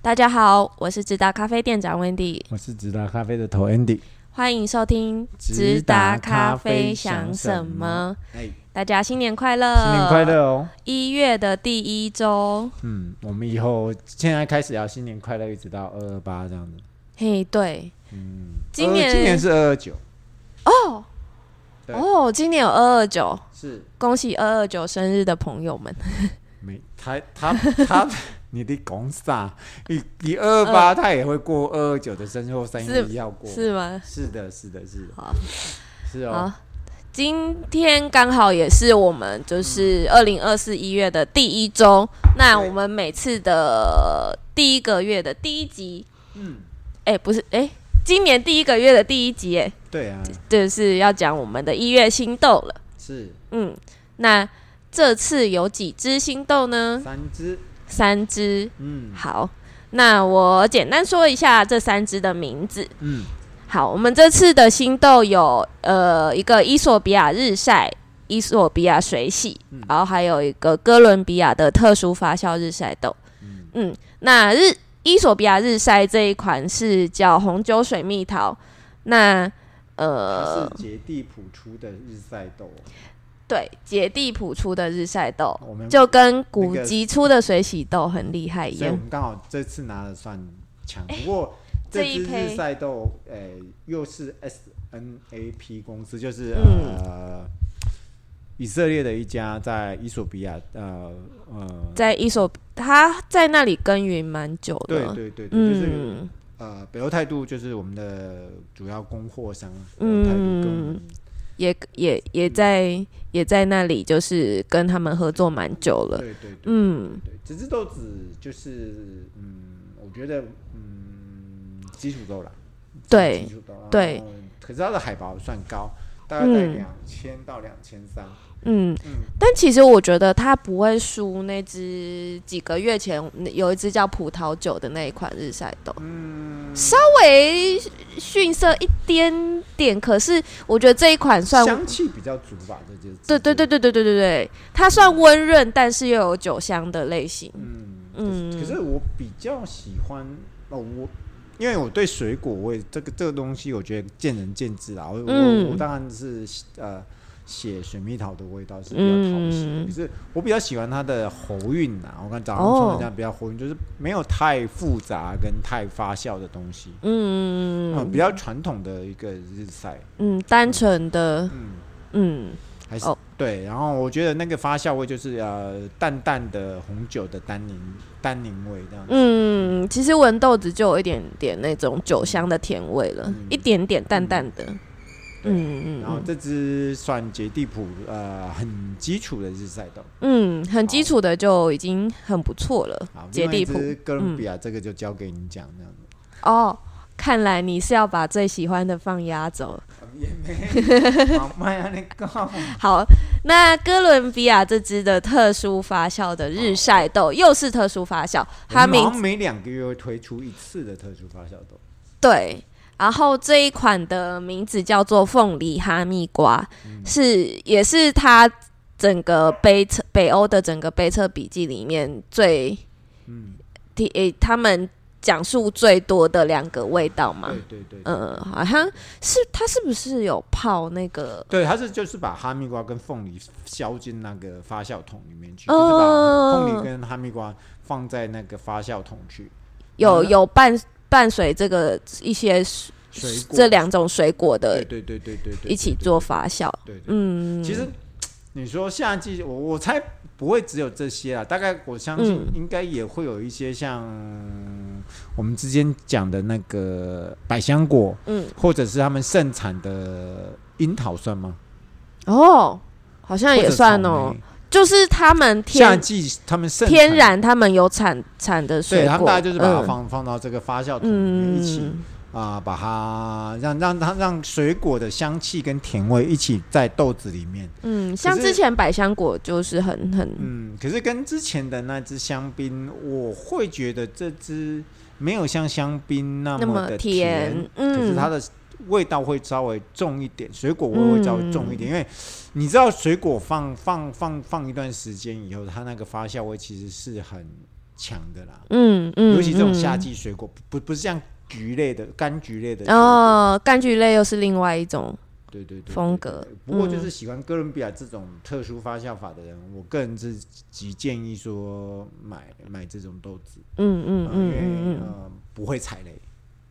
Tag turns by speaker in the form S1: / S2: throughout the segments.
S1: 大家好，我是直达咖啡店长 Wendy，
S2: 我是直达咖啡的头 Andy。
S1: 欢迎收听
S2: 直达咖啡想什么？哎，
S1: 大家新年快乐！
S2: 新年快！乐哦！
S1: 一月的第一周，
S2: 嗯，我们以后现在开始要新年快乐，一直到二二八这样子。
S1: 嘿，对，
S2: 嗯，
S1: 今年
S2: 呃今年是二二九，
S1: 哦
S2: 对
S1: 哦，今年有二二九，
S2: 是
S1: 恭喜二二九生日的朋友们。
S2: 没他他他， 你的拱啥？你你二二八他也会过二二九的生日，或三
S1: 是
S2: 一要过。
S1: 呃是吗？
S2: 是的，是的，是的，
S1: 好，
S2: 是
S1: 好
S2: 哦。，
S1: 今天刚好也是我们就是
S2: 嗯
S1: 二零二四一月的第一周。那我们每次的第一个月的第一集，
S2: 嗯，
S1: 哎、不是，哎、今年第一个月的第一集，哎，
S2: 对啊，
S1: 就是要讲我们的一月星斗了。
S2: 是
S1: 嗯，那这次有几只星斗呢？
S2: 三只。
S1: 三只。
S2: 嗯
S1: 好，那我简单说一下这三只的名字。
S2: 嗯，
S1: 好，我们这次的星斗有呃一个伊索比亚日晒、伊索比亚水洗，
S2: 嗯
S1: 然后还有一个哥伦比亚的特殊发酵日晒豆。
S2: 嗯
S1: 嗯那日伊索比亚日晒这一款是叫红酒水蜜桃，那
S2: 它
S1: 呃
S2: 是杰地普出的日赛豆哦，
S1: 对杰地普出的日晒豆，
S2: 我们
S1: 就跟古
S2: 那个
S1: 籍出的水洗豆很厉害一
S2: 所以我
S1: 样。
S2: 们刚好这次拿的算强，不过
S1: 哎这
S2: 这
S1: 一
S2: 支
S1: 胚
S2: 日赛豆，诶、又是 SNAP 公司，就是、
S1: 嗯
S2: 呃以色列的一家在伊索比亚，呃呃，
S1: 在伊索，他在那里耕耘蛮久
S2: 对
S1: 的，
S2: 对对对，就是
S1: 嗯，
S2: 呃北欧态度就是我们的主要供货商，
S1: 嗯
S2: 嗯，态度跟我们
S1: 也也
S2: 嗯
S1: 也在也在那里，就是跟他们合作蛮久了。
S2: 对对对
S1: 嗯，
S2: 对，这支豆子就是嗯，我觉得嗯基础豆啦。
S1: 对
S2: 基础豆然
S1: 对
S2: 后可是它的海拔算高，大概在
S1: 嗯
S2: 两千到两千三。
S1: 嗯，但其实我觉得它不会输那只几个月前有一只叫葡萄酒的那一款日晒豆，
S2: 嗯
S1: 稍微逊色一点点，可是我觉得这一款算。
S2: 香气比较足吧，这就是
S1: 对对对，对对对对对，它算温润，但是又有酒香的类型。
S2: 嗯
S1: 嗯
S2: 可是我比较喜欢哦，我因为我对水果我也这个这个东西，我觉得见仁见智啦。我、
S1: 嗯
S2: 我我当然是呃写水蜜桃的味道是比较讨喜，
S1: 嗯
S2: 可是我比较喜欢它的喉韵呐、我刚早上说的这样比较喉韵，就是没有太复杂跟太发酵的东西。
S1: 嗯
S2: 嗯，比较传统的一个日晒，
S1: 嗯，单纯的，
S2: 嗯，
S1: 嗯
S2: 还是、
S1: 哦
S2: 对。然后我觉得那个发酵味就是呃淡淡的红酒的单宁单宁味这样子。
S1: 嗯，其实闻豆子就有一点点那种酒香的甜味了，
S2: 嗯
S1: 一点点淡淡的。嗯嗯
S2: 然后
S1: 嗯
S2: 这支算杰地普呃很基础的日晒豆，
S1: 嗯，很基础的就已经很不错了
S2: 好，。
S1: 杰地
S2: 另
S1: 普嗯
S2: 外一支哥伦比亚这个就交给你讲这样子。
S1: 哦，看来你是要把最喜欢的放压 走。
S2: 也没，好卖啊你讲。
S1: 好，那哥伦比亚这支的特殊发酵的日晒豆又是特殊发酵，它
S2: 我们
S1: 名
S2: 好像每两个月会推出一次的特殊发酵豆，
S1: 对，然后这一款的名字叫做凤梨哈密瓜，
S2: 嗯
S1: 是也是它整个杯测北欧的整个杯测笔记里面最
S2: 嗯，
S1: 提诶、他们讲述最多的两个味道嘛。
S2: 对对对，
S1: 嗯，好像是它是不是有泡那个？
S2: 对，它是就是把哈密瓜跟凤梨削进那个发酵桶里面去，
S1: 哦
S2: 就是把凤梨跟哈密瓜放在那个发酵桶去。
S1: 有
S2: 嗯
S1: 有伴伴随这个一些水
S2: 水果
S1: 这两种水果
S2: 对
S1: 的
S2: 对对对对对，
S1: 呃一起做发酵。
S2: 对。对对，
S1: 嗯，
S2: 其实你说夏季，我我猜不会只有这些啊，大概我相信
S1: 嗯
S2: 应该也会有一些像我们之前讲的那个百香果，
S1: 嗯，
S2: 或者是他们盛产的樱桃算吗？
S1: 哦，好像
S2: 或
S1: 也
S2: 者
S1: 算
S2: 草
S1: 哦
S2: 莓。。
S1: 就是他们
S2: 夏
S1: 天
S2: 季他们盛
S1: 天
S2: 产
S1: 然他们有产产的水
S2: 对
S1: 果，
S2: 他们大概就是把它
S1: 嗯
S2: 放、放到这个发酵桶里
S1: 嗯
S2: 面一起啊、把它让让它让水果的香气跟甜味一起在豆子里面。
S1: 嗯，像
S2: 可
S1: 之
S2: 是
S1: 前百香果就是很很
S2: 嗯，可是跟之前的那只香槟，我会觉得这只没有像香槟那
S1: 那
S2: 么
S1: 么
S2: 的
S1: 甜，
S2: 可是
S1: 嗯，
S2: 它的味道会稍微重一点，水果味会稍微重
S1: 嗯
S2: 一点，因为你知道水果放放放放一段时间以后，它那个发酵味其实是很强的啦。
S1: 嗯嗯，
S2: 尤其这种夏
S1: 嗯
S2: 季水果，不不是像橘类的、柑橘类的水果。
S1: 哦，柑橘类又是另外一种
S2: 对对对对
S1: 风格
S2: 对不过就
S1: 嗯
S2: 是喜欢哥伦比亚这种特殊发酵法的人，我个人是极建议说买买这种豆子，
S1: 嗯嗯
S2: 呃因
S1: 嗯
S2: 为、
S1: 嗯嗯
S2: 呃不会踩雷，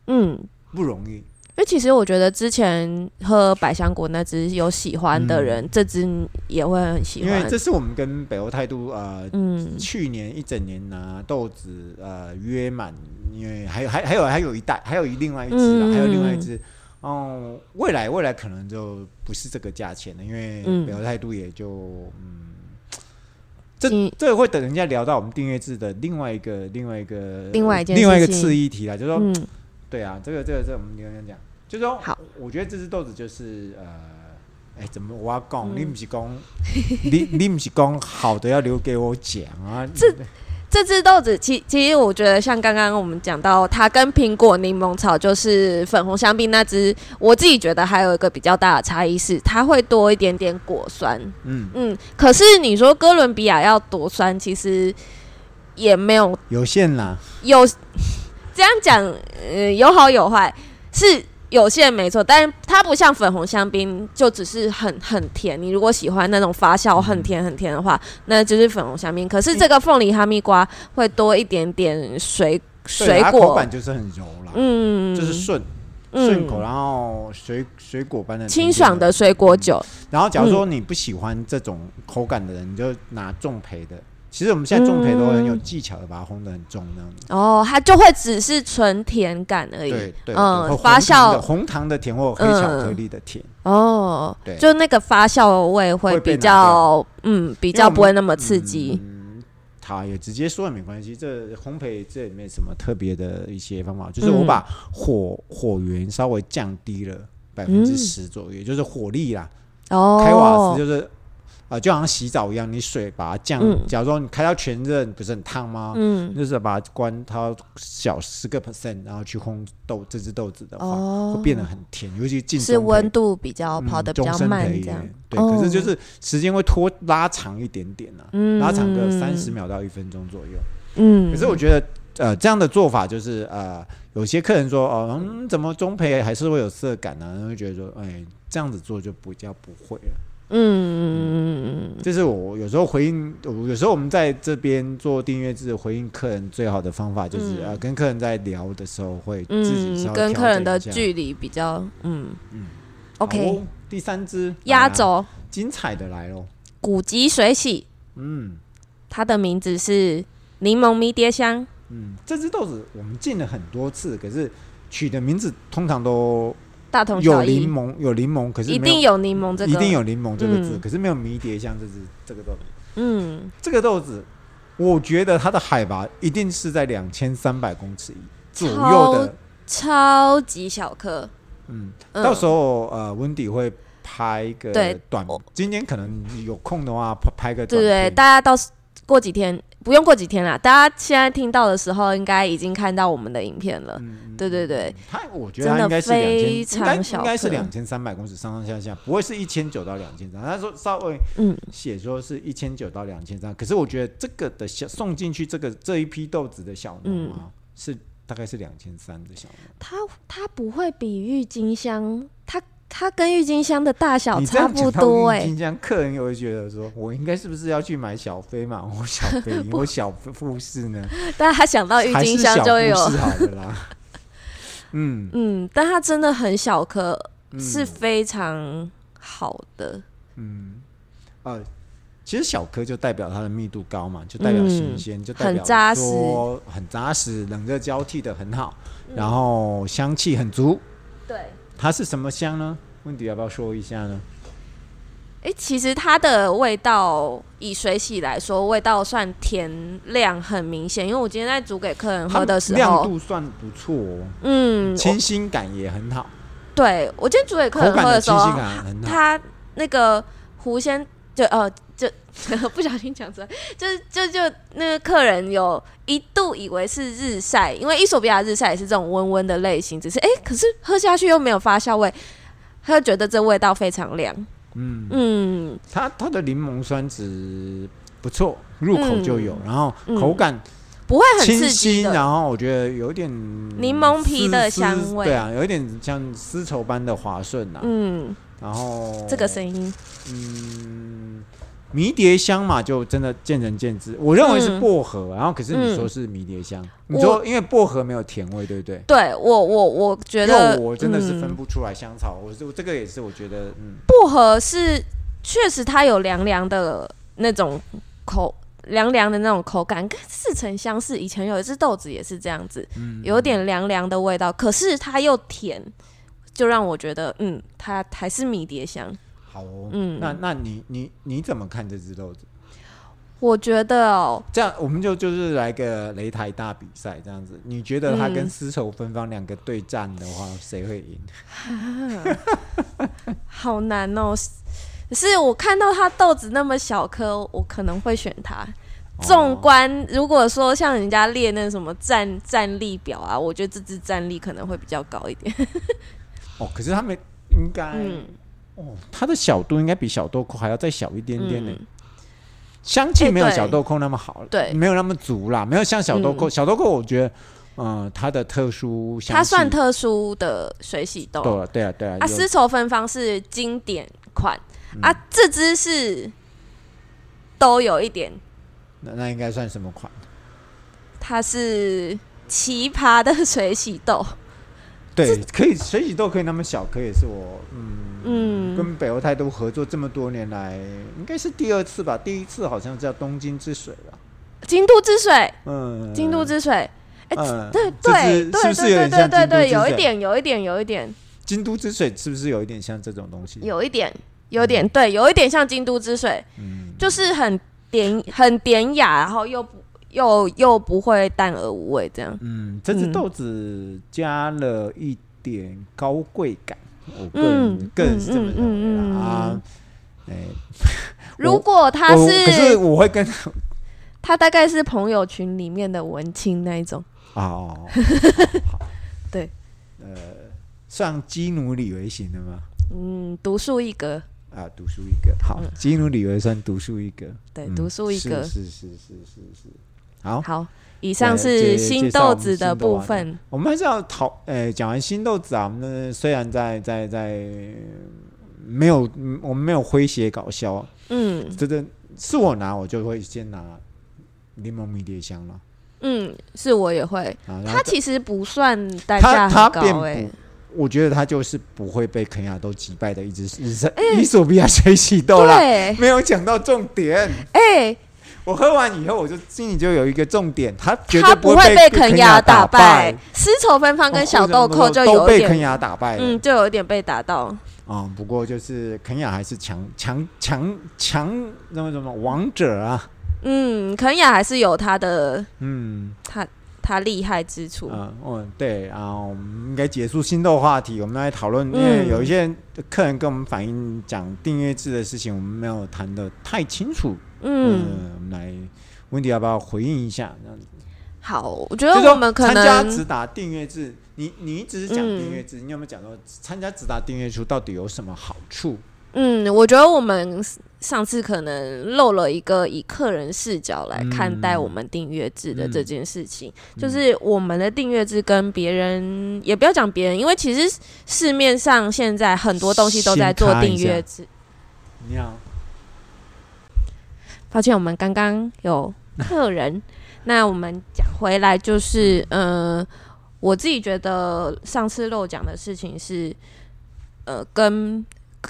S1: 嗯，
S2: 不容易。
S1: 因为其实我觉得之前喝百香果那只有喜欢的人，这只也会很喜
S2: 嗯因为
S1: 欢。
S2: 这是我们跟北欧态度呃。
S1: 嗯
S2: 去年一整年拿豆子呃约满，因为还有还还有还有一袋，还有一另外一只、啊，
S1: 嗯
S2: 还有另外一只。哦、未来未来可能就不是这个价钱了，因为
S1: 嗯
S2: 北欧态度也就嗯，这
S1: 你
S2: 这会等人家聊到我们订阅制的另外一个另外一个
S1: 另外一件
S2: 另外一个
S1: 事情
S2: 次议题啦，就是说、
S1: 嗯，
S2: 对啊，这个这个这个我们刚刚讲，就是说
S1: 好，
S2: 我觉得这只豆子就是呃，哎、怎么我要讲、
S1: 嗯
S2: 你不是讲你你不是讲好的要留给我讲啊？
S1: 这这只豆子其其实我觉得像刚刚我们讲到，它跟苹果柠檬草就是粉红香槟那只，我自己觉得还有一个比较大的差异是，它会多一点点果酸。
S2: 嗯，
S1: 嗯，可是你说哥伦比亚要多酸，其实也没有
S2: 有限啦，
S1: 有这样讲，呃，有好有坏，是有限没错，但是它不像粉红香槟，就只是很很甜。你如果喜欢那种发酵很甜很甜的话，那就是粉红香槟。可是
S2: 嗯
S1: 这个凤梨哈密瓜会多一点点水
S2: 对
S1: 水
S2: 它口
S1: 果
S2: 感，就是很柔啦，
S1: 嗯，
S2: 就是顺顺口，然后水水果般的甜
S1: 清
S2: 甜
S1: 爽的。嗯水果酒。
S2: 然后假如说你不喜欢这种口感的人，你就拿重培的。其实我们现在重培都很有
S1: 嗯
S2: 技巧的，把它烘得很重那样子。
S1: 哦，它就会只是纯甜感而已。
S2: 对对，
S1: 嗯
S2: 对或
S1: 发
S2: 红糖的
S1: 酵
S2: 红糖的甜或黑巧克力的甜，
S1: 哦
S2: 对，
S1: 就那个发酵味
S2: 会
S1: 会比
S2: 被拿
S1: 较，嗯，比
S2: 因为
S1: 较
S2: 我们
S1: 不会那么刺激。
S2: 嗯，他也直接说也没关系，这烘焙这也没什么特别的一些方法，就是我把
S1: 嗯
S2: 火、火源稍微降低了百分之十左右，就是火力啦，
S1: 嗯哦，
S2: 嗯开瓦斯就是。啊、就好像洗澡一样，你水把它降。
S1: 嗯
S2: 假如说你开到全热，你不是很烫吗？
S1: 嗯，
S2: 就是把它关它小十个 percent，然后去烘豆这只豆子的话，
S1: 哦
S2: 会变得很甜，尤其进
S1: 是
S2: 中培
S1: 温度比较跑
S2: 嗯
S1: 得比
S2: 终
S1: 较
S2: 身
S1: 慢这
S2: 培育
S1: 样。哦
S2: 对，可是就是时间会拖拉长一点点啊，
S1: 嗯
S2: 拉长个三十秒到一分钟左右。
S1: 嗯，
S2: 可是我觉得。呃，这样的做法就是呃，有些客人说，哦、嗯，怎么中培还是会有色感呢、然后就觉得说，哎，这样子做就比较不会了。
S1: 嗯，嗯嗯嗯
S2: 这是我有时候回应，有时候我们在这边做订阅制回应客人最好的方法就是、
S1: 嗯
S2: 呃，跟客人在聊的时候会自己
S1: 嗯，
S2: 稍微
S1: 跟
S2: 调
S1: 客人
S2: 整
S1: 的
S2: 一下
S1: 距离比较，嗯
S2: 嗯好
S1: ，OK，
S2: 哦第三支
S1: 压
S2: 来啦
S1: 轴
S2: 精彩的来喽，
S1: 古籍水洗，
S2: 嗯。
S1: 它的名字是柠檬迷迭香，
S2: 嗯，这只豆子我们进了很多次，可是取的名字通常都
S1: 大同
S2: 有
S1: 小
S2: 柠
S1: 异，
S2: 檬，有柠檬，可是
S1: 一
S2: 没有
S1: 定有柠檬这个，
S2: 一定，有柠檬这个字，
S1: 嗯
S2: 可是没有迷迭香这只这个豆子。
S1: 嗯，
S2: 这个豆子，我觉得它的海拔一定是在两千三百公尺以左右的。
S1: 超级小颗，
S2: 嗯，
S1: 嗯
S2: 到时候呃，温迪会拍一个
S1: 对
S2: 短，今天可能有空的话拍拍个
S1: 对
S2: 短
S1: 不对？
S2: 片。
S1: 大家到时过几天，不用过几天啦，大家现在听到的时候，应该已经看到我们的影片了，
S2: 嗯
S1: 对对对，
S2: 它我觉得它
S1: 真的
S2: 应该是两千，
S1: 非
S2: 应该
S1: 常小
S2: 应该是
S1: 颗
S2: 两千三百公尺上上下下，不会是一千九到两千三。他说稍微
S1: 嗯
S2: 写说是一千九到两千三，可是我觉得这个的小送进去这个这一批豆子的小农
S1: 嗯
S2: 啊，是大概是两千三的小农。
S1: 它它不会比郁金香，它它跟郁金香的大小
S2: 你这
S1: 差
S2: 样
S1: 不
S2: 讲
S1: 多
S2: 到
S1: 哎、
S2: 郁金香，客人也会觉得说，我应该是不是要去买小飞马或小 飞鹰或小富士呢？
S1: 欸但他想啊到郁
S2: 还
S1: 金
S2: 是
S1: 香
S2: 小啊
S1: 就会有，
S2: 富士好的啦。嗯，
S1: 嗯，但它真的很小颗，
S2: 嗯
S1: 是非常好的，
S2: 嗯，呃，其实小颗就代表它的密度高嘛，就代表新
S1: 嗯
S2: 鲜，就代表
S1: 很扎实
S2: 说很扎实，冷热交替的很好，然后香气很足。
S1: 对，哎、
S2: 它是什么香呢？温迪要不要说一下呢？
S1: 其实它的味道以水洗来说，味道算甜量很明显，因为我今天在煮给客人喝的时
S2: 它亮
S1: 候，
S2: 度算不错、哦，
S1: 嗯，我
S2: 清新感也很好，
S1: 对我今天煮给客
S2: 口
S1: 人
S2: 感
S1: 喝
S2: 的
S1: 的时
S2: 清新
S1: 候，
S2: 感很好。
S1: 它那个狐仙就呃就 不小心讲出来，就是就就那个客人有一度以为是日晒，因为伊索比亚日晒也是这种温温的类型，只是哎、可是喝下去又没有发酵味，他就觉得这味道非常凉。
S2: 嗯，
S1: 嗯
S2: 它它的柠檬酸值不错，入口就有，然后口感。
S1: 不会嗯很
S2: 清
S1: 刺
S2: 新，啊
S1: 激的。
S2: 然后我觉得有一点
S1: 柠檬皮的
S2: 丝
S1: 香味
S2: 对啊，有一点像丝绸般的滑顺呐、
S1: 嗯，
S2: 然后
S1: 这个声音，
S2: 嗯，迷迭香嘛，就真的见仁见智。我认为是
S1: 嗯
S2: 薄荷，然后可是你说是迷迭香，你说因为薄荷没有甜味，对不对？
S1: 对我我我觉
S2: 因
S1: 得
S2: 为我真的是分
S1: 嗯
S2: 不出来香草，我是这个也是我觉得，嗯，
S1: 薄荷是确实它有凉凉的那种口。凉凉的那种口感，跟似曾相识。以前有一只豆子也是这样子，
S2: 嗯
S1: 有点凉凉的味道，可是它又甜，就让我觉得，嗯，它还是迷迭香。
S2: 好哦，
S1: 嗯
S2: 那那你你你怎么看这只豆子？
S1: 我觉得哦，
S2: 这样我们就就是来个擂台大比赛这样子，你觉得它跟
S1: 嗯
S2: 丝绸芬芳两个对战的话，谁会赢？
S1: 好难哦。是是我看到它豆子那么小颗，我可能会选它。纵
S2: 哦
S1: 观，如果说像人家列那什么战战力表啊，我觉得这支战力可能会比较高一点。
S2: 哦，可是他们应该、
S1: 嗯，
S2: 哦，它的小度应该比小豆蔻还要再小一点点呢、
S1: 嗯
S2: 香气
S1: 哎
S2: 没有
S1: 对
S2: 小豆蔻那么好，
S1: 哎对
S2: 没有那么足啦，没有像小豆蔻。小豆蔻我觉得，嗯、它的特殊香气，
S1: 它算特殊的水洗豆
S2: 对了，对啊，对啊，
S1: 啊，
S2: 有嗯
S1: 丝绸芬芳是经典款、啊，这支是都有一点，
S2: 那那应该算什么款？
S1: 它是奇葩的水洗豆，
S2: 对，可以水洗豆可以那么小颗，也是我嗯
S1: 嗯，
S2: 跟北欧态度合作这么多年来，应该是第二次吧，第一次好像叫东京之水吧，
S1: 京都之水，
S2: 嗯，
S1: 京都之水，哎
S2: 嗯，
S1: 对
S2: 这
S1: 对
S2: 支是
S1: 对
S2: 不是有
S1: 对对对
S2: 点像京都
S1: 对，
S2: 之
S1: 有一
S2: 水
S1: 点有一点有一点
S2: 京都之水是不是有一点像这种东西？
S1: 有一点有一点对，有一点像京都之水，
S2: 嗯，
S1: 就是很典很典雅，然后又不又又不会淡而无味这样。
S2: 嗯，这只
S1: 嗯
S2: 豆子加了一点高贵感，我个人、
S1: 嗯
S2: 个人是这么认为
S1: 嗯嗯嗯嗯
S2: 啦啊。哎、
S1: 如果它
S2: 我可是我会跟
S1: 他大概是朋友群里面的文青那一种。
S2: 哦，
S1: 对，
S2: 呃，上基努里维型的吗？
S1: 嗯，独树一格，
S2: 啊，独树一格，好，基努里维算独树一格，
S1: 对，
S2: 嗯
S1: 独树一格。
S2: 是是是是是是，好，
S1: 好，以上是
S2: 介
S1: 新豆子的部
S2: 介绍我
S1: 分。
S2: 我们还是要讨，诶、讲完新豆子啊，我们虽然在在在没有，嗯我们没有诙谐搞笑啊，
S1: 嗯
S2: 真的是我拿，我就会先拿柠檬迷迭香了
S1: 嗯，是我也会。
S2: 啊。然后
S1: 它其实不算代
S2: 它
S1: 价
S2: 它
S1: 很高
S2: 变
S1: 哎、
S2: 不，我觉得它就是不会被肯亚豆击败的一只日上伊索比亚水洗豆啦。
S1: 哎对，
S2: 没有讲到重点，
S1: 哎、
S2: 我喝完以后，我就心里就有一个重点，它绝
S1: 它
S2: 对
S1: 不
S2: 会
S1: 被
S2: 肯
S1: 亚
S2: 打哦
S1: 败。。丝绸芬芳跟小豆蔻就
S2: 都
S1: 有一
S2: 被肯
S1: 点，
S2: 亚打败了，
S1: 嗯，就有一点被打到。
S2: 啊、不过就是肯雅还是强强强强那么什么王者啊，
S1: 嗯，肯雅还是有它的
S2: 嗯
S1: 它它厉害之处。嗯
S2: 啊，哦对啊，我们应该结束新豆话题，我们来讨论，因为
S1: 嗯
S2: 有一些客人跟我们反映讲订阅制的事情，我们没有谈的太清楚，
S1: 嗯，
S2: 我们来温迪要不要回应一下？这样子
S1: 好，我觉
S2: 就是
S1: 得
S2: 说
S1: 我们可
S2: 参
S1: 能
S2: 加直达订阅制，你你只是讲
S1: 嗯
S2: 订阅制，你有没有讲到参加直达订阅制到底有什么好处？
S1: 嗯，我觉得我们上次可能漏了一个以客人视角来
S2: 嗯
S1: 看待我们订阅制的这件事情，就是我们的订阅制跟别人也不要讲别人，因为其实市面上现在很多东西都在做
S2: 先看一
S1: 订
S2: 下
S1: 阅制。
S2: 你好，
S1: 抱歉，我们刚刚有客人。那我们讲回来，就是呃，我自己觉得上次漏讲的事情是，呃，跟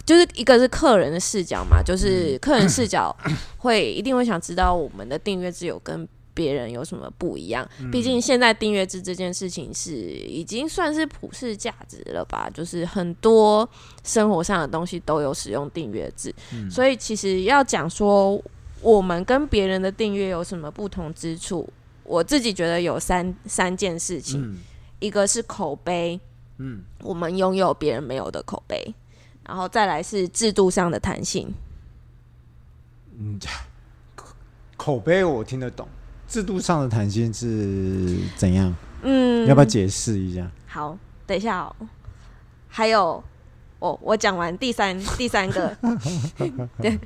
S1: 就是一个是客人的视角嘛，就是客人视角会一定会想知道我们的订阅制有跟别人有什么不一样。毕竟现在订阅制这件事情是已经算是普世价值了吧，就是很多生活上的东西都有使用订阅制，所以其实要讲说我们跟别人的订阅有什么不同之处，我自己觉得有三三件事情，
S2: 嗯
S1: 一个是口碑，
S2: 嗯
S1: 我们拥有别人没有的口碑，然后再来是制度上的弹性，
S2: 嗯，口碑我听得懂，制度上的弹性是怎样？
S1: 嗯，
S2: 要不要解释一下？
S1: 好，等一下哦。还有，哦，我 讲完第三第三个，对，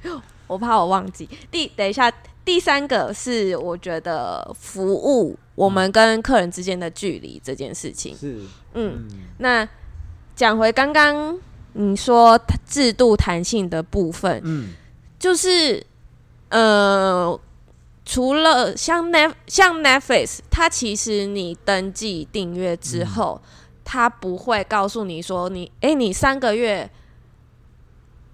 S1: 我怕我忘记。第等一下，第三个是我觉得服务我们跟客人之间的距离这件事情。
S2: 是，
S1: 嗯，
S2: 嗯，
S1: 那讲回刚刚你说制度弹性的部分，
S2: 嗯，
S1: 就是呃，除了像 Net 像 Netflix，它其实你登记订阅
S2: 嗯
S1: 之后，它不会告诉你说你诶，你三个月，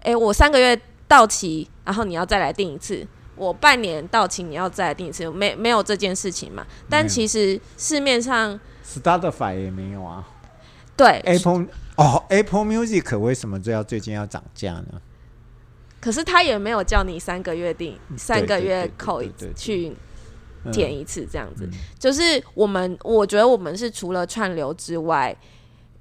S1: 诶，我三个月到期，然后你要再来订一次。我半年到期，你要再来订一次，没没有这件事情嘛？但
S2: 没有
S1: 其实市面上
S2: Spotify 也没有啊
S1: 对
S2: ，Apple 哦，Apple Music 为什么这要最近要涨价呢？
S1: 可是他也没有叫你三个月定，三个月扣一
S2: 嗯对对对对对
S1: 去
S2: 嗯
S1: 填一次这样子
S2: 嗯。
S1: 就是我们，我觉得我们是除了串流之外，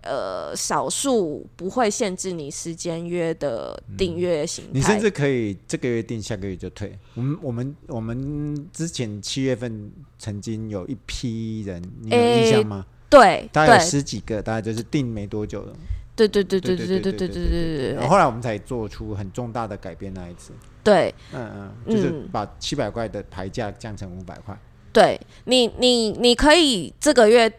S1: 呃，少数不会限制你时间约的订阅形
S2: 你
S1: 态
S2: 甚。至可以这个月定，下个月就退。我们我们我们之前七月份曾经有一批人，你有印象吗？
S1: 对
S2: 大概有
S1: 对
S2: 十几个，大概就是定没多久了。
S1: 对对对对
S2: 对
S1: 对对
S2: 对
S1: 对
S2: 对
S1: 对对对
S2: 然后
S1: 对
S2: 后来我们才做出很重大的改变那一次。
S1: 对
S2: 嗯嗯，就是
S1: 嗯
S2: 把七百块的牌价降成五百块。
S1: 对，你你你可以这个月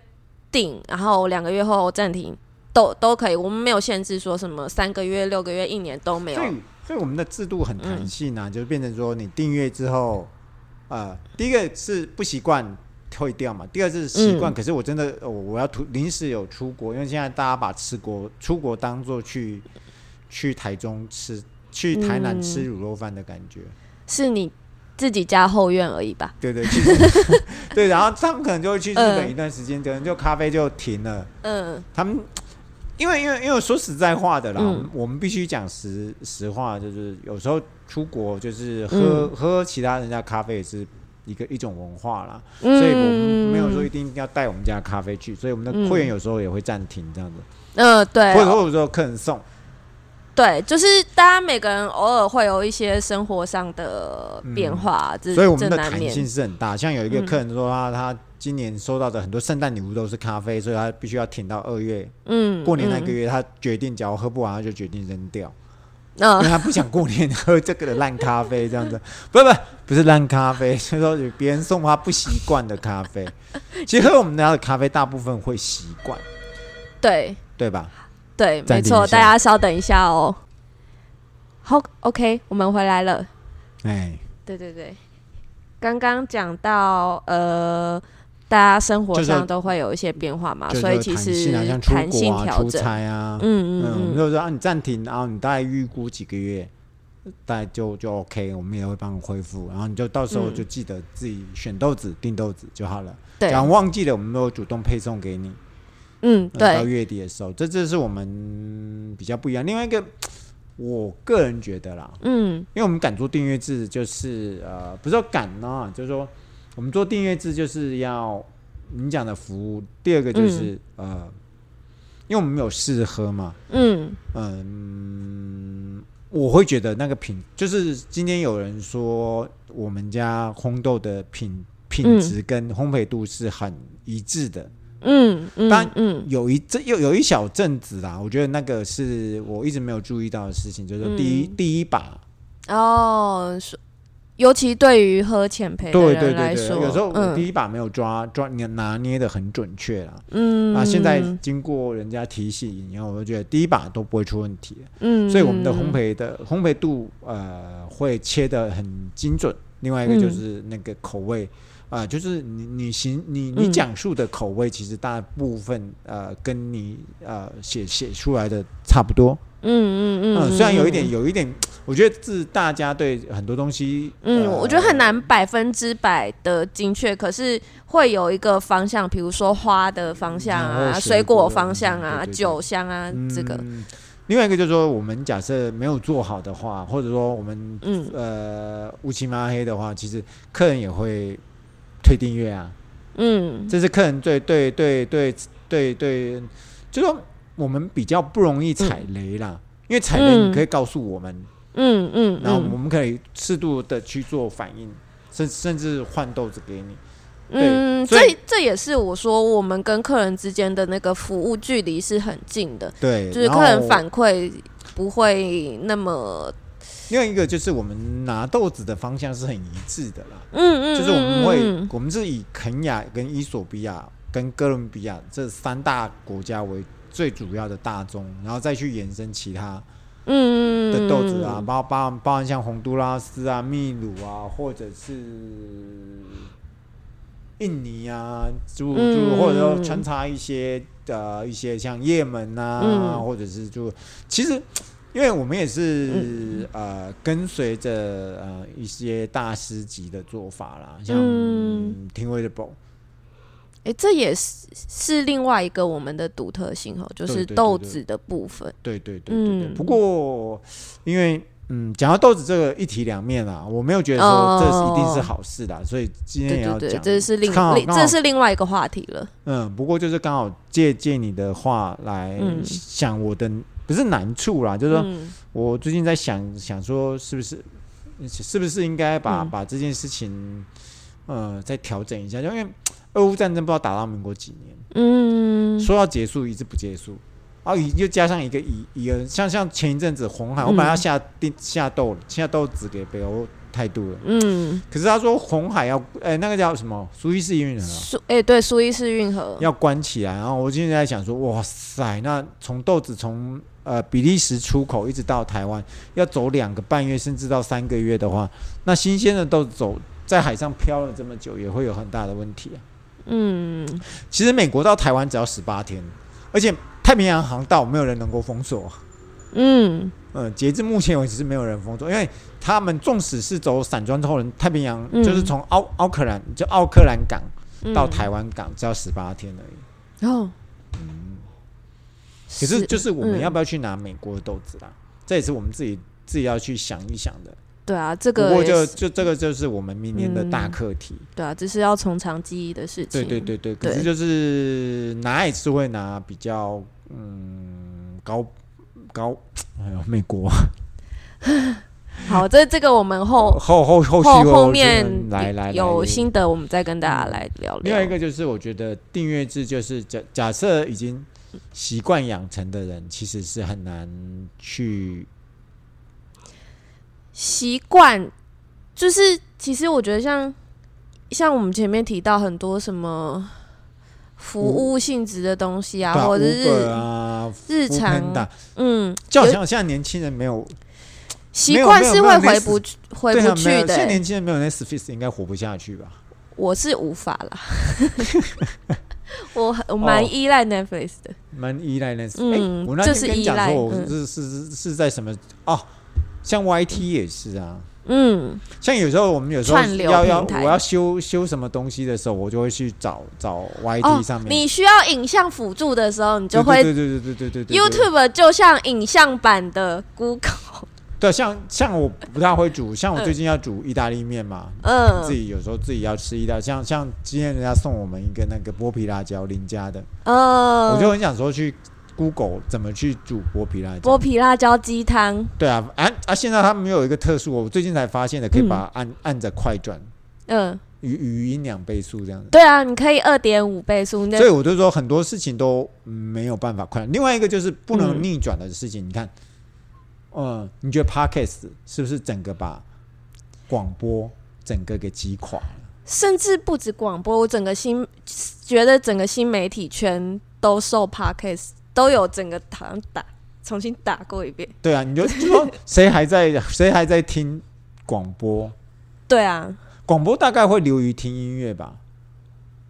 S1: 定，然后两个月后暂停。都都可以，我们没有限制说什么三个月、六个月、一年都没有嗯
S2: 所。以，所以我们的制度很弹性啊，就是变成说你订阅之后，呃，第一个是不习惯退掉嘛，第二是习
S1: 嗯
S2: 惯。可是我真的，呃我我要突临时有出国，因为现在大家把吃国出国当做去去台中吃。去台南吃
S1: 嗯
S2: 卤肉饭的感觉，
S1: 是你自己家后院而已吧？
S2: 对对，其实 对，然后他们可能就会去日本
S1: 嗯
S2: 一段时间，可能就咖啡就停了，
S1: 嗯
S2: 他们因为因为因为说实在话的啦，
S1: 嗯
S2: 我们我们必须讲实实话，就是有时候出国就是喝、
S1: 嗯
S2: 喝其他人家咖啡也是一个一种文化啦，
S1: 嗯，
S2: 所以我们没有说一定要带我们家咖啡去，所以我们的会员有时候也会暂停这样子，
S1: 嗯、对
S2: 或者说有时候客人送，
S1: 对，就是大家每个人偶尔会有一些生活上的变化，这
S2: 嗯所以我们
S1: 这
S2: 的
S1: 难
S2: 弹
S1: 免
S2: 性是很大。像有一个客人说他、他今年收到的很多圣诞礼物都是咖啡，所以他必须要挺到二月
S1: 嗯，
S2: 过年那
S1: 嗯
S2: 个月，他决定只要喝不完他就决定扔掉。 因
S1: 嗯
S2: 为他不想过年喝这个的烂咖啡，这样子，不不不是烂咖啡， 就是说有别人送他不习惯的咖 啡。其实喝我们家的咖啡，大部分会习惯，
S1: 对
S2: 对吧？
S1: 对，
S2: 暂
S1: 没
S2: 停
S1: 错，
S2: 一下
S1: 大家稍等一下哦。好，OK，我们回来了。
S2: 哎，
S1: 对对对，刚刚讲到呃，大家生活
S2: 就是
S1: 上都会有一些变化嘛，
S2: 就是
S1: 所以其
S2: 弹
S1: 实
S2: 性啊，像出
S1: 弹性
S2: 国啊、
S1: 调
S2: 出
S1: 整，
S2: 差啊，
S1: 嗯
S2: 嗯，我们
S1: 嗯嗯，
S2: 就说啊，你暂停，然后你大概预估几个月，大概就就 OK，我们也会帮你恢复，然后你就到时候
S1: 嗯
S2: 就记得自己选豆子、订豆子就好了。
S1: 对，
S2: 然后忘记了，我们都有主动配送给你。
S1: 嗯
S2: 呃到
S1: 对，
S2: 月底的时候，这这是我们比较不一样。另外一个，我个人觉得啦，
S1: 嗯
S2: 因为我们敢做订阅制，就是呃，不是说敢呢、就是说我们做订阅制就是要你讲的服务。第二个
S1: 嗯
S2: 就是、呃，因为我们没有试喝嘛，
S1: 嗯
S2: 嗯，我会觉得那个品，就是今天有人说我们家烘豆的品品
S1: 嗯
S2: 质跟烘焙度是很一致的，
S1: 嗯嗯，
S2: 当然
S1: 嗯
S2: 有一这又有一小阵子啦，我觉得那个是我一直没有注意到的事情，就是第一、
S1: 嗯
S2: 第一把，
S1: 哦，说尤其对于喝浅焙的
S2: 对对
S1: 人
S2: 对
S1: 来
S2: 对，
S1: 说，
S2: 有时候我
S1: 嗯
S2: 第一把没有抓、抓你拿捏的很准确啦。
S1: 嗯
S2: 啊，现在经过人家提醒以后，我就觉得第一把都不会出问题了，
S1: 嗯，
S2: 所以我们的烘焙的烘焙度呃会切的很精准。另外一个就是那个口味。啊、就是你你行你你
S1: 嗯
S2: 讲述的口味，其实大部分呃跟你呃写写出来的差不多，
S1: 嗯，嗯嗯
S2: 嗯，
S1: 嗯，
S2: 虽然有一点，有一点，我觉得是大家对很多东西，
S1: 嗯，
S2: 呃
S1: 我觉得很难百分之百的精确，可是会有一个方向，比如说花的方向
S2: 嗯
S1: 啊，
S2: 或者
S1: 水果方向
S2: 水果
S1: 啊，
S2: 嗯对对对
S1: 酒香啊，这个，
S2: 嗯另外一个就是说，我们假设没有做好的话，或者说我们
S1: 嗯
S2: 呃乌漆嘛黑的话，其实客人也会退订阅啊，
S1: 嗯
S2: 这是客人最对对对对对，就说我们比较不容易踩雷啦，因为踩雷
S1: 嗯
S2: 你可以告诉我们，
S1: 嗯嗯
S2: 然后我
S1: 嗯
S2: 们可以适度的去做反应，甚甚至换豆子给你。
S1: 嗯，
S2: 所以
S1: 这这也是我说我们跟客人之间的那个服务距离是很近的，
S2: 对，
S1: 就是
S2: 然后
S1: 客人反馈不会那么
S2: 另外一个就是我们拿豆子的方向是很一致的啦，
S1: 嗯嗯，
S2: 就是我们会，
S1: 嗯嗯
S2: 我们是以肯亚、跟伊索比亚、跟哥伦比亚这三大国家为最主要的大宗，然后再去延伸其他
S1: 嗯嗯
S2: 的豆子啊，，包包包含像洪都拉斯啊、秘鲁啊，或者是印尼啊，诸诸如
S1: 嗯
S2: 或者说穿插一些呃一些像也门啊，
S1: 嗯
S2: 或者是就其实。因为我们也是、
S1: 嗯
S2: 呃跟随着呃一些大师级的做法啦，像
S1: 嗯
S2: t i n w a t a b l e
S1: 哎，这也是是另外一个我们的独特性哦，就是
S2: 对对对
S1: 豆
S2: 对
S1: 子的部分，
S2: 对对对对对。
S1: 嗯
S2: 不过，因为嗯，讲到豆子这个一体两面啦，我没有觉得说这是一定是好事啦，所以今天
S1: 对
S2: 也
S1: 哦对
S2: 要
S1: 对，
S2: 讲。
S1: 这是另
S2: 刚好
S1: 另
S2: 刚好
S1: 这是另外一个话题了，
S2: 嗯，不过就是刚好借借你的话来
S1: 嗯
S2: 想我的，不是难处啦，就是说
S1: 嗯
S2: 我最近在想想说，是不是是不是应该把、
S1: 嗯
S2: 把这件事情呃再调整一下，因为俄乌战争不知道打到民国几年。
S1: 嗯，
S2: 说要结束，一直不结束，然后又加上一个以以而像像前一阵子红海，我本来要下定下豆下豆子给北欧态度了，
S1: 嗯，
S2: 可是他说红海要哎、那个叫什么苏伊士运河啊
S1: 苏哎对苏伊士运河，
S2: 要关起来，然后我现在在想说，哇塞，那从豆子从呃比利时出口一直到台湾，要走两个半月甚至到三个月的话，那新鲜的豆子走在海上漂了这么久，也会有很大的问题啊。
S1: 嗯，
S2: 其实美国到台湾只要十八天，而且太平洋航道没有人能够封锁。
S1: 嗯
S2: 嗯，截至目前为止是没有人封锁，因为他们纵使是走散装之后，人太平洋、
S1: 嗯
S2: 就是从奥奥克兰就奥克兰港
S1: 嗯
S2: 到台湾港只要十八天而已。
S1: 哦，
S2: 可是就是我们
S1: 嗯
S2: 要不要去拿美国的豆子啦？这也是我们自己自己要去想一想的。
S1: 对啊，这
S2: 不
S1: 个
S2: 过
S1: 也
S2: 就是就这个就是我们明年的大
S1: 嗯
S2: 课题。
S1: 对啊，这是要从长计议的事情。
S2: 对对对对，可是
S1: 对
S2: 就是拿也是会拿比较嗯高高，哎呦，美国
S1: 好，这这个我们后
S2: 后后后续
S1: 后
S2: 我
S1: 后
S2: 我
S1: 面
S2: 觉得来来
S1: 有
S2: 来
S1: 心得，我们再跟大家来聊
S2: 另
S1: 聊。
S2: 外一个就是，我觉得订阅制就是假假设已经习惯养成的人，其实是很难去
S1: 习惯，就是其实我觉得像像我们前面提到很多什么服务性质的东西啊，
S2: 打
S1: 或者是
S2: Uber 啊、
S1: 日常
S2: 的，
S1: 嗯，
S2: 就好
S1: 有
S2: 像现在年轻人没有
S1: 习惯
S2: 没有
S1: 是
S2: 没
S1: 会
S2: 有没有
S1: 回不去回
S2: 对啊
S1: 不
S2: 没有
S1: 去的
S2: 现在
S1: 欸。
S2: 年轻人没有 Netflix 应该活不下去吧？
S1: 我是无法啦， 我很我蛮
S2: 哦
S1: 依赖 Netflix 的。
S2: 蛮依赖 Netflix。
S1: 嗯
S2: 诶我那
S1: 这
S2: 天
S1: 是
S2: 跟你讲
S1: 依赖
S2: 说，我
S1: 嗯
S2: 是是是是在什么哦，像 YT 也是啊，
S1: 嗯
S2: 像有时候我们有时候
S1: 串流
S2: 要要
S1: 平台
S2: 我要修修什么东西的时候，我就会去找找
S1: 哦
S2: YT 上，面，
S1: 你需要影像辅助的时候，你就会
S2: 对对对对对对对对
S1: YouTube 就像影像版的 Google，
S2: 对，像像我不大会煮，像我
S1: 嗯
S2: 最近要煮意大利面嘛，
S1: 嗯
S2: 自己有时候自己要吃意大，像像今天人家送我们一个那个剥皮辣椒林家的，
S1: 嗯，
S2: 我就很想说去 Google 怎么去煮剥皮辣
S1: 剥
S2: 椒。
S1: 皮辣椒鸡汤，
S2: 对啊，啊啊！现在他们有一个特殊，我最近才发现的，可以
S1: 嗯
S2: 把它按、按着快转，
S1: 嗯，
S2: 语语音两倍速这样子。
S1: 对啊，你可以二点五倍速，那
S2: 所以我就说很多事情都没有办法快。另外一个就是不能
S1: 嗯
S2: 逆转的事情，你看，嗯，你觉得 Podcast 是不是整个把广播整个给击垮了？
S1: 甚至不止广播，我整个新觉得整个新媒体圈都受 Podcast 都有整个好像打重新打过一遍，
S2: 对啊，你就就说谁还在谁还在听广播？
S1: 对啊，
S2: 广播大概会流于听音乐吧，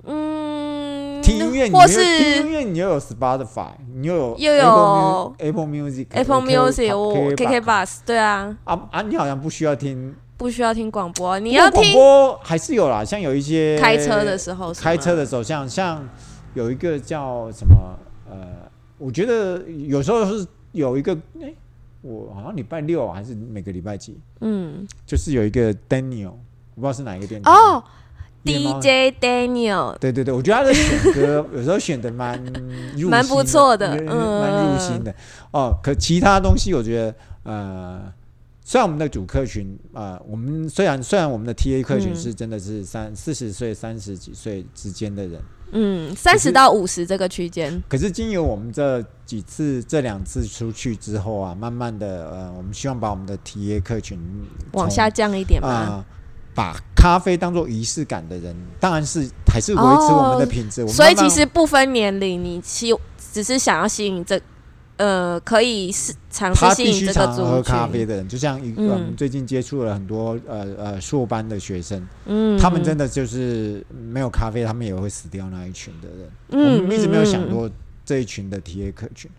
S1: 嗯，
S2: 听音乐你又
S1: 或
S2: 听音
S1: 是
S2: 乐，你又有 Spotify，你又有
S1: 又有
S2: Apple Mu- Apple Music、
S1: Apple Music 哦我 KK
S2: KK
S1: Bus，对啊，
S2: 啊啊，你好像不需要听，
S1: 不需要听广播，啊你
S2: 不
S1: 要
S2: 过广
S1: 听
S2: 播还是有啦，像有一些
S1: 开车的时候是吗，
S2: 开车的时候，像像有一个叫什么呃，我觉得有时候是有一个哎、我好像礼拜六还是每个礼拜几，
S1: 嗯。
S2: 就是有一个 Daniel，我不知道是哪一个电台
S1: 哦
S2: 夜猫
S1: ，DJ Daniel，
S2: 对对对，我觉得他的选歌有时候选 的蛮入心
S1: 蛮不错的
S2: 蛮
S1: 嗯
S2: 蛮入心的。哦，可其他东西我觉得，呃，虽然我们的主客群，呃，我们虽然虽然我们的 TA 客群
S1: 嗯
S2: 是真的是三四十岁、三十几岁之间的人，
S1: 嗯，三十到五十这个区间，
S2: 可是经由我们这几次、这两次出去之后啊，慢慢的，呃，我们希望把我们的 TA 客群
S1: 往下降一点
S2: 啊、
S1: 嘛。
S2: 呃把咖啡当做仪式感的人，当然是还是维持我们的品质。我们
S1: 哦所以
S2: 慢慢
S1: 其实不分年龄，你吸只是想要吸引这，呃，可以是尝试
S2: 他
S1: 吸
S2: 必
S1: 引
S2: 须
S1: 这个
S2: 常喝
S1: 族
S2: 咖啡
S1: 群。
S2: 的人，就像一个、
S1: 嗯
S2: 我们最近接触了很多呃呃硕班的学生，
S1: 嗯
S2: 他们真
S1: 的，
S2: 的就是没有咖啡，他们也会死掉那一群的人。
S1: 嗯
S2: 我们一直没有想。
S1: 嗯嗯
S2: 过这一群的 TA 客群。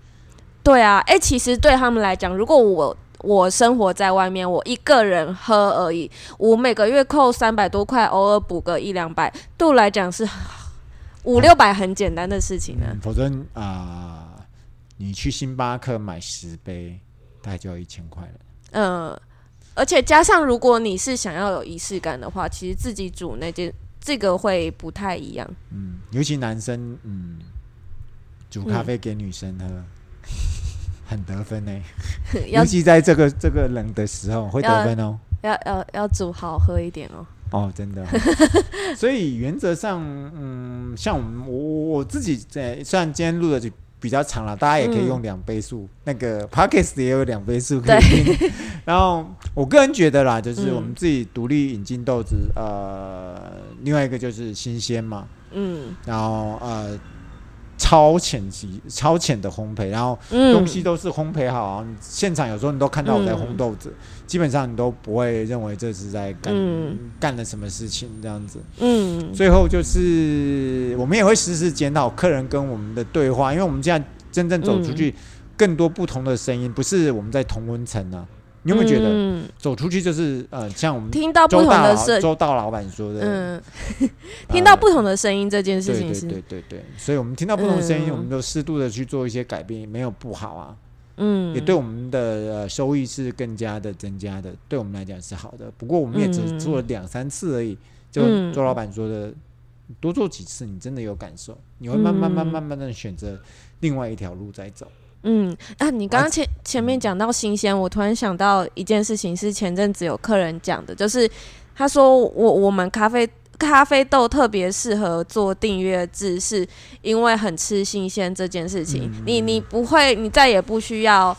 S1: 对啊，哎、其实对他们来讲，如果我我生活在外面，我一个人喝而已，我每个月扣三百多块，偶尔补个一两百，对我来讲是 五六百很简单的事情呢、
S2: 嗯，否则啊、你去星巴克买十杯，大概就要一千块了。
S1: 嗯、而且加上如果你是想要有仪式感的话，其实自己煮那件这个会不太一样。
S2: 嗯，尤其男生，嗯，煮咖啡给女生喝，很得分呢、
S1: 嗯 要
S2: 尤其在这个这个冷的时候会得
S1: 要
S2: 分哦。
S1: 要要要煮好喝一点哦。
S2: 哦，真的哦、所以原则上，嗯，像我们我我我自己在，虽然今天录的就比较长了，大家也可以用两倍速，那个 podcast 也有两倍速可以听。 然后我个人觉得啦，就是
S1: 嗯
S2: 我们自己独立引进豆子，呃，另外一个就是新鲜嘛，
S1: 嗯
S2: 然后呃。超浅级、超浅的烘焙，然后
S1: 嗯，
S2: 东西都是烘焙好。现场有时候你都看到我在烘豆子，基本上你都不会认为这是在干、
S1: 嗯
S2: 干了什么事情这样子。
S1: 嗯
S2: 最后就是我们也会时时检讨客人跟我们的对话，因为我们现在真正走出
S1: 嗯
S2: 去，更多不同的声音，不是我们在同温层啊。你有没有觉得
S1: 嗯、
S2: 走出去就是呃，像我们
S1: 听到不
S2: 周
S1: 同
S2: 大
S1: 的
S2: 老
S1: 声，
S2: 周大老板说的，呃
S1: 嗯，听到不同的声音这件事
S2: 对
S1: 情
S2: 对
S1: 是，
S2: 对对对，所以我们听到不同的声音，
S1: 嗯
S2: 我们都适度的去做一些改变，没有不好啊，
S1: 嗯，
S2: 也对我们的呃收益是更加的增加的，对我们来讲是好的。不过我们也只
S1: 嗯
S2: 做了两三次而已，就
S1: 嗯
S2: 周老板说的，多做几次，你真的有感受，你会慢慢
S1: 嗯
S2: 慢慢慢的选择另外一条路再走。
S1: 嗯啊，你刚刚前前面讲到新鲜，我突然想到一件事情，是前阵子有客人讲的，就是他说我我们咖啡咖啡豆特别适合做订阅制，是因为很吃新鲜这件事情。
S2: 嗯
S1: 你你不会，你再也不需要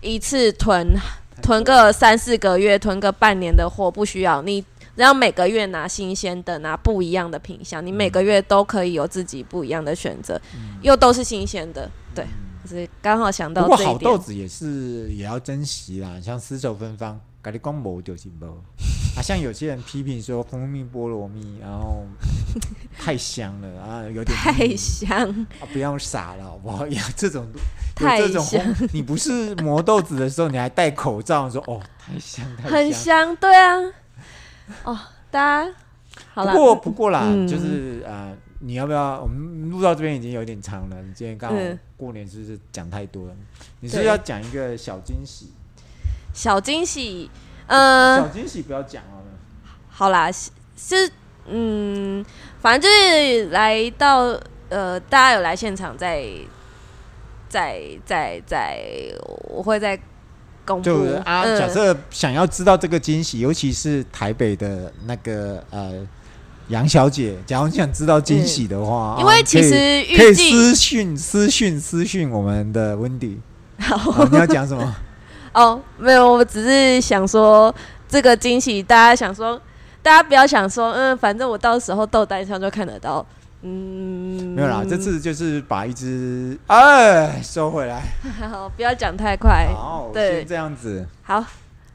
S1: 一次囤囤
S2: 哎
S1: 个三四个月，囤个半年的货，不需要你。然后每个月拿新鲜的，拿不一样的品相，你每个月都可以有自己不一样的选择，又都是新鲜的，对，就是刚好想
S2: 嗯不
S1: 到啊
S2: 过
S1: 这一
S2: 好豆
S1: 点。
S2: 子也是也要珍惜啦，像丝绸芬芳，咖喱光某就是某啊，像有些人批评说蜂蜜菠萝蜜，然后太香了啊，有点
S1: 太
S2: 腻
S1: 香，
S2: 啊，不要傻了，好不好？ 呀，这种有
S1: 太
S2: 这种
S1: 香
S2: 烘，你不是磨豆子的时候，你还戴口罩，说哦，太香，太
S1: 很香，对啊。哦，大家好了
S2: 不，过不过啦，
S1: 嗯
S2: 就是呃，你要不要？我们录到这边已经有点长了，你今天刚好
S1: 嗯
S2: 过年是不是讲太多了？你是不
S1: 对
S2: 是要讲一个小惊喜？
S1: 小惊喜，嗯、
S2: 小惊喜不要讲哦。
S1: 好啦，是是嗯，反正就是来到呃，大家有来现场再再再再，我会再公布。
S2: 就是啊，
S1: 嗯
S2: 假设想要知道这个惊喜，尤其是台北的那个呃杨小姐，假如你想知道惊喜的话，
S1: 因
S2: 啊
S1: 为
S2: 你可
S1: 其
S2: 以
S1: 实
S2: 可
S1: 预
S2: 以
S1: 计
S2: 私讯私讯私讯我们的温迪、
S1: 好
S2: 啊，你要讲什 么？
S1: 哦，没有，我只是想说这个惊喜，大家想说，大家不要想说，嗯，反正我到时候豆单上就看得到。嗯，
S2: 没有啦，这次就是把一只哎收回来，
S1: 好，不要讲太快。
S2: 好，
S1: 哎对
S2: 先这样子，
S1: 好，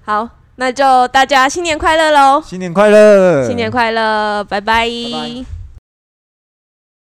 S1: 好，那就大家新年快乐喽！
S2: 新年快乐，
S1: 新年快乐，拜拜
S2: 拜